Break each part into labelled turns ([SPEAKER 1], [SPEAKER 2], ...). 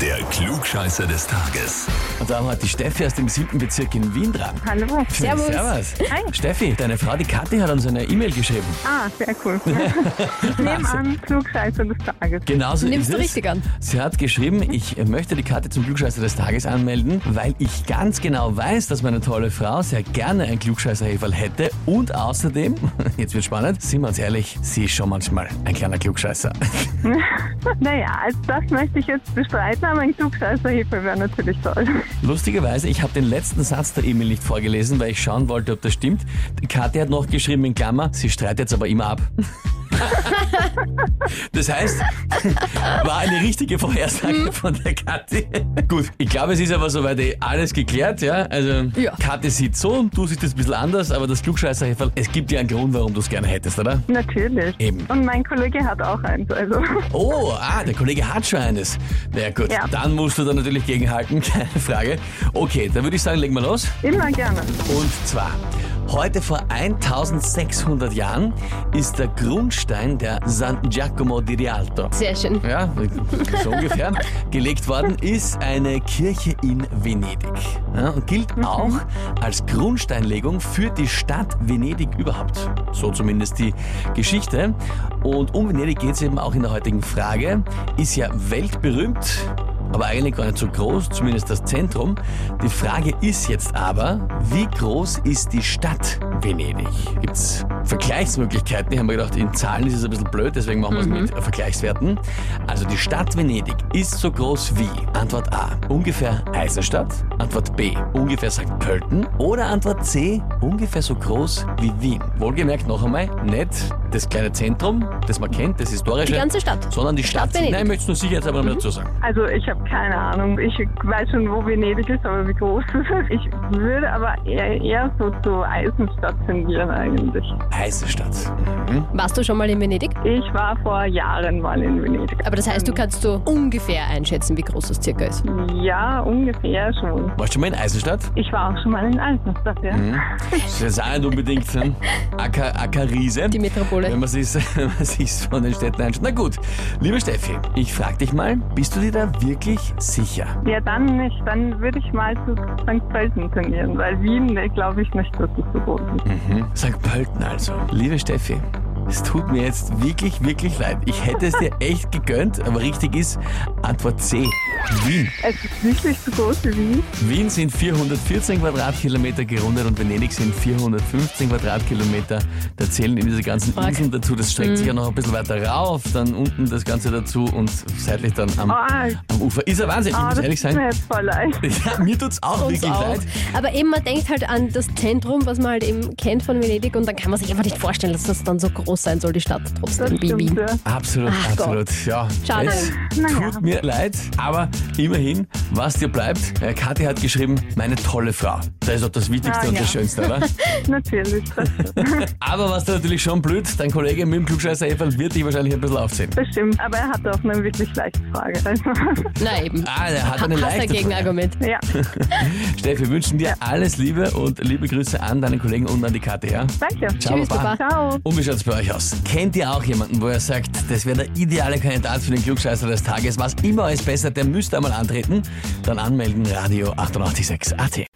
[SPEAKER 1] Der Klugscheißer des Tages.
[SPEAKER 2] Und da haben wir heute die Steffi aus dem siebten Bezirk in Wien dran.
[SPEAKER 3] Hallo.
[SPEAKER 2] Servus.
[SPEAKER 3] Hi.
[SPEAKER 2] Steffi, deine Frau, die Kathi, hat uns eine E-Mamail geschrieben.
[SPEAKER 3] Ah, sehr cool. Nebenan Flugscheiße des Tages.
[SPEAKER 2] Genauso
[SPEAKER 4] Nimmst
[SPEAKER 2] ist
[SPEAKER 4] du
[SPEAKER 2] es.
[SPEAKER 4] richtig an.
[SPEAKER 2] Sie hat geschrieben, ich möchte die Karte zum Klugscheißer des Tages anmelden, weil ich ganz genau weiß, dass meine tolle Frau sehr gerne ein Klugscheißerheferl hätte und außerdem, jetzt wird spannend, sind wir uns ehrlich, sie ist schon manchmal ein kleiner Klugscheißer.
[SPEAKER 3] Naja, also das möchte ich jetzt bestreiten, aber ein Flugscheißerhebel wäre natürlich toll.
[SPEAKER 2] Lustigerweise, ich habe den letzten Satz der E-Mail nicht vorgelesen, weil ich schauen wollte, ob das stimmt. Kathi hat noch geschrieben in Klammer, sie streitet jetzt aber immer ab. Das heißt, war eine richtige Vorhersage von der Kathi. Gut, ich glaube, es ist aber soweit eh alles geklärt, ja? Also,
[SPEAKER 4] Ja.
[SPEAKER 2] Kathi sieht so und du siehst es ein bisschen anders, aber das Klugscheißerheferl, es gibt ja einen Grund, warum du es gerne hättest, oder?
[SPEAKER 3] Natürlich.
[SPEAKER 2] Eben.
[SPEAKER 3] Und mein Kollege hat auch eins, also
[SPEAKER 2] Oh, ah, der Kollege hat schon eines. Na ja, gut,
[SPEAKER 3] Ja.
[SPEAKER 2] dann musst du da natürlich gegenhalten, keine Frage. Okay, dann würde ich sagen, legen wir los.
[SPEAKER 3] immer gerne.
[SPEAKER 2] Und zwar, heute vor 1600 Jahren ist der Grundstein der San Giacomo di Rialto.
[SPEAKER 4] Sehr schön.
[SPEAKER 2] Ja, so ungefähr. Gelegt worden ist eine Kirche in Venedig. Ja, und gilt auch als Grundsteinlegung für die Stadt Venedig überhaupt. So zumindest die Geschichte. Und um Venedig geht es eben auch in der heutigen Frage. Ist ja weltberühmt, aber eigentlich gar nicht so groß, zumindest das Zentrum. Die Frage ist jetzt aber, wie groß ist die Stadt Venedig? Gibt es Vergleichsmöglichkeiten? Ich habe mir gedacht, in Zahlen ist es ein bisschen blöd, deswegen machen wir es
[SPEAKER 4] Mhm.
[SPEAKER 2] mit Vergleichswerten. Also die Stadt Venedig ist so groß wie Antwort A, ungefähr Eisenstadt, Antwort B, ungefähr St. Pölten oder Antwort C, ungefähr so groß wie Wien. Wohlgemerkt noch einmal, nicht das kleine Zentrum, das man kennt, das historische,
[SPEAKER 4] Die ganze Stadt.
[SPEAKER 2] sondern die Stadt.
[SPEAKER 4] Stadt Venedig. Mhm.
[SPEAKER 2] Nein, möchtest du sicher jetzt aber noch mal dazu sagen.
[SPEAKER 3] Also ich habe keine Ahnung. Ich weiß schon, wo Venedig ist, aber wie groß es ist. Ich würde aber eher, eher so zu Eisenstadt tendieren eigentlich.
[SPEAKER 2] Eisenstadt.
[SPEAKER 4] Warst du schon mal in Venedig?
[SPEAKER 3] Ich war vor Jahren mal in Venedig.
[SPEAKER 4] Aber das heißt, du kannst so ungefähr einschätzen, wie groß das circa ist.
[SPEAKER 3] Ja, ungefähr schon.
[SPEAKER 2] Warst du schon mal in Eisenstadt?
[SPEAKER 3] Ich war auch schon mal in Eisenstadt, ja.
[SPEAKER 2] Mhm. Das ist auch nicht unbedingt ein Acker, Ackerriese.
[SPEAKER 4] Die Metropole.
[SPEAKER 2] Wenn man sich's, wenn man sich's von den Städten einschaut. Na gut, liebe Steffi, ich frag dich mal, bist du dir da wirklich sicher?
[SPEAKER 3] Ja, dann nicht. Dann würde ich mal zu St. Pölten trainieren, weil Wien glaube ich nicht, dass es so groß
[SPEAKER 2] Hm.
[SPEAKER 3] ist.
[SPEAKER 2] St. Pölten also. Liebe Steffi, es tut mir jetzt wirklich, wirklich leid. Ich hätte es dir echt gegönnt, aber richtig ist Antwort C. Wien.
[SPEAKER 3] Es ist wirklich so groß wie Wien.
[SPEAKER 2] Wien sind 414 Quadratkilometer gerundet und Venedig sind 415 Quadratkilometer. Da zählen eben diese ganzen
[SPEAKER 4] Fuck.
[SPEAKER 2] Inseln dazu. Das streckt sich ja noch ein bisschen weiter rauf, dann unten das Ganze dazu und seitlich dann am,
[SPEAKER 3] Ah.
[SPEAKER 2] am Ufer. Ist ja Wahnsinn, ich
[SPEAKER 3] Ah,
[SPEAKER 2] muss
[SPEAKER 3] das
[SPEAKER 2] ehrlich
[SPEAKER 3] tut mir
[SPEAKER 2] sein.
[SPEAKER 3] jetzt voll leid.
[SPEAKER 2] Ja, mir tut's auch
[SPEAKER 4] Uns
[SPEAKER 2] wirklich
[SPEAKER 4] auch.
[SPEAKER 2] leid.
[SPEAKER 4] Aber eben, man denkt halt an das Zentrum, was man halt eben kennt von Venedig und dann kann man sich einfach nicht vorstellen, dass das dann so groß sein soll, die Stadt
[SPEAKER 3] Das
[SPEAKER 4] trotzdem wie
[SPEAKER 3] stimmt,
[SPEAKER 4] Wien.
[SPEAKER 3] ja.
[SPEAKER 2] Absolut,
[SPEAKER 4] Ach
[SPEAKER 2] absolut. Ja,
[SPEAKER 4] Schade.
[SPEAKER 2] es
[SPEAKER 3] Na ja.
[SPEAKER 2] tut mir leid, aber immerhin, was dir bleibt. Äh, Kathi hat geschrieben, meine tolle Frau. Das ist doch das Wichtigste
[SPEAKER 3] Ah,
[SPEAKER 2] und
[SPEAKER 3] ja.
[SPEAKER 2] das Schönste, oder?
[SPEAKER 3] Natürlich, das
[SPEAKER 2] Aber was da natürlich schon blöd, dein Kollege mit dem Klugscheißer Eferl wird dich wahrscheinlich ein bisschen aufziehen.
[SPEAKER 3] bestimmt. Aber er hatte auch eine wirklich leichte Frage. Also,
[SPEAKER 4] Na eben.
[SPEAKER 2] Ah, der hat eine
[SPEAKER 4] Hast ein
[SPEAKER 2] leichte Frage.
[SPEAKER 4] Gegenargument.
[SPEAKER 3] ja,
[SPEAKER 2] Steffi, wir wünschen dir alles Liebe und liebe Grüße an deinen Kollegen und an die Karte, ja?
[SPEAKER 3] danke.
[SPEAKER 2] Ciao,
[SPEAKER 4] Tschüss, Baba.
[SPEAKER 3] Ciao.
[SPEAKER 2] Und wie schaut's bei euch aus? Kennt ihr auch jemanden, wo ihr sagt, das wäre der ideale Kandidat für den Klugscheißer des Tages, was immer alles besser, der müsste einmal antreten? Dann anmelden, Radio 886 AT.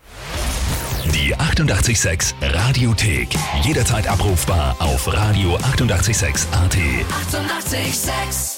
[SPEAKER 1] Die 88,6 Radiothek. Jederzeit abrufbar auf radio886.at. 88,6.
[SPEAKER 5] Eighty-eight, sex.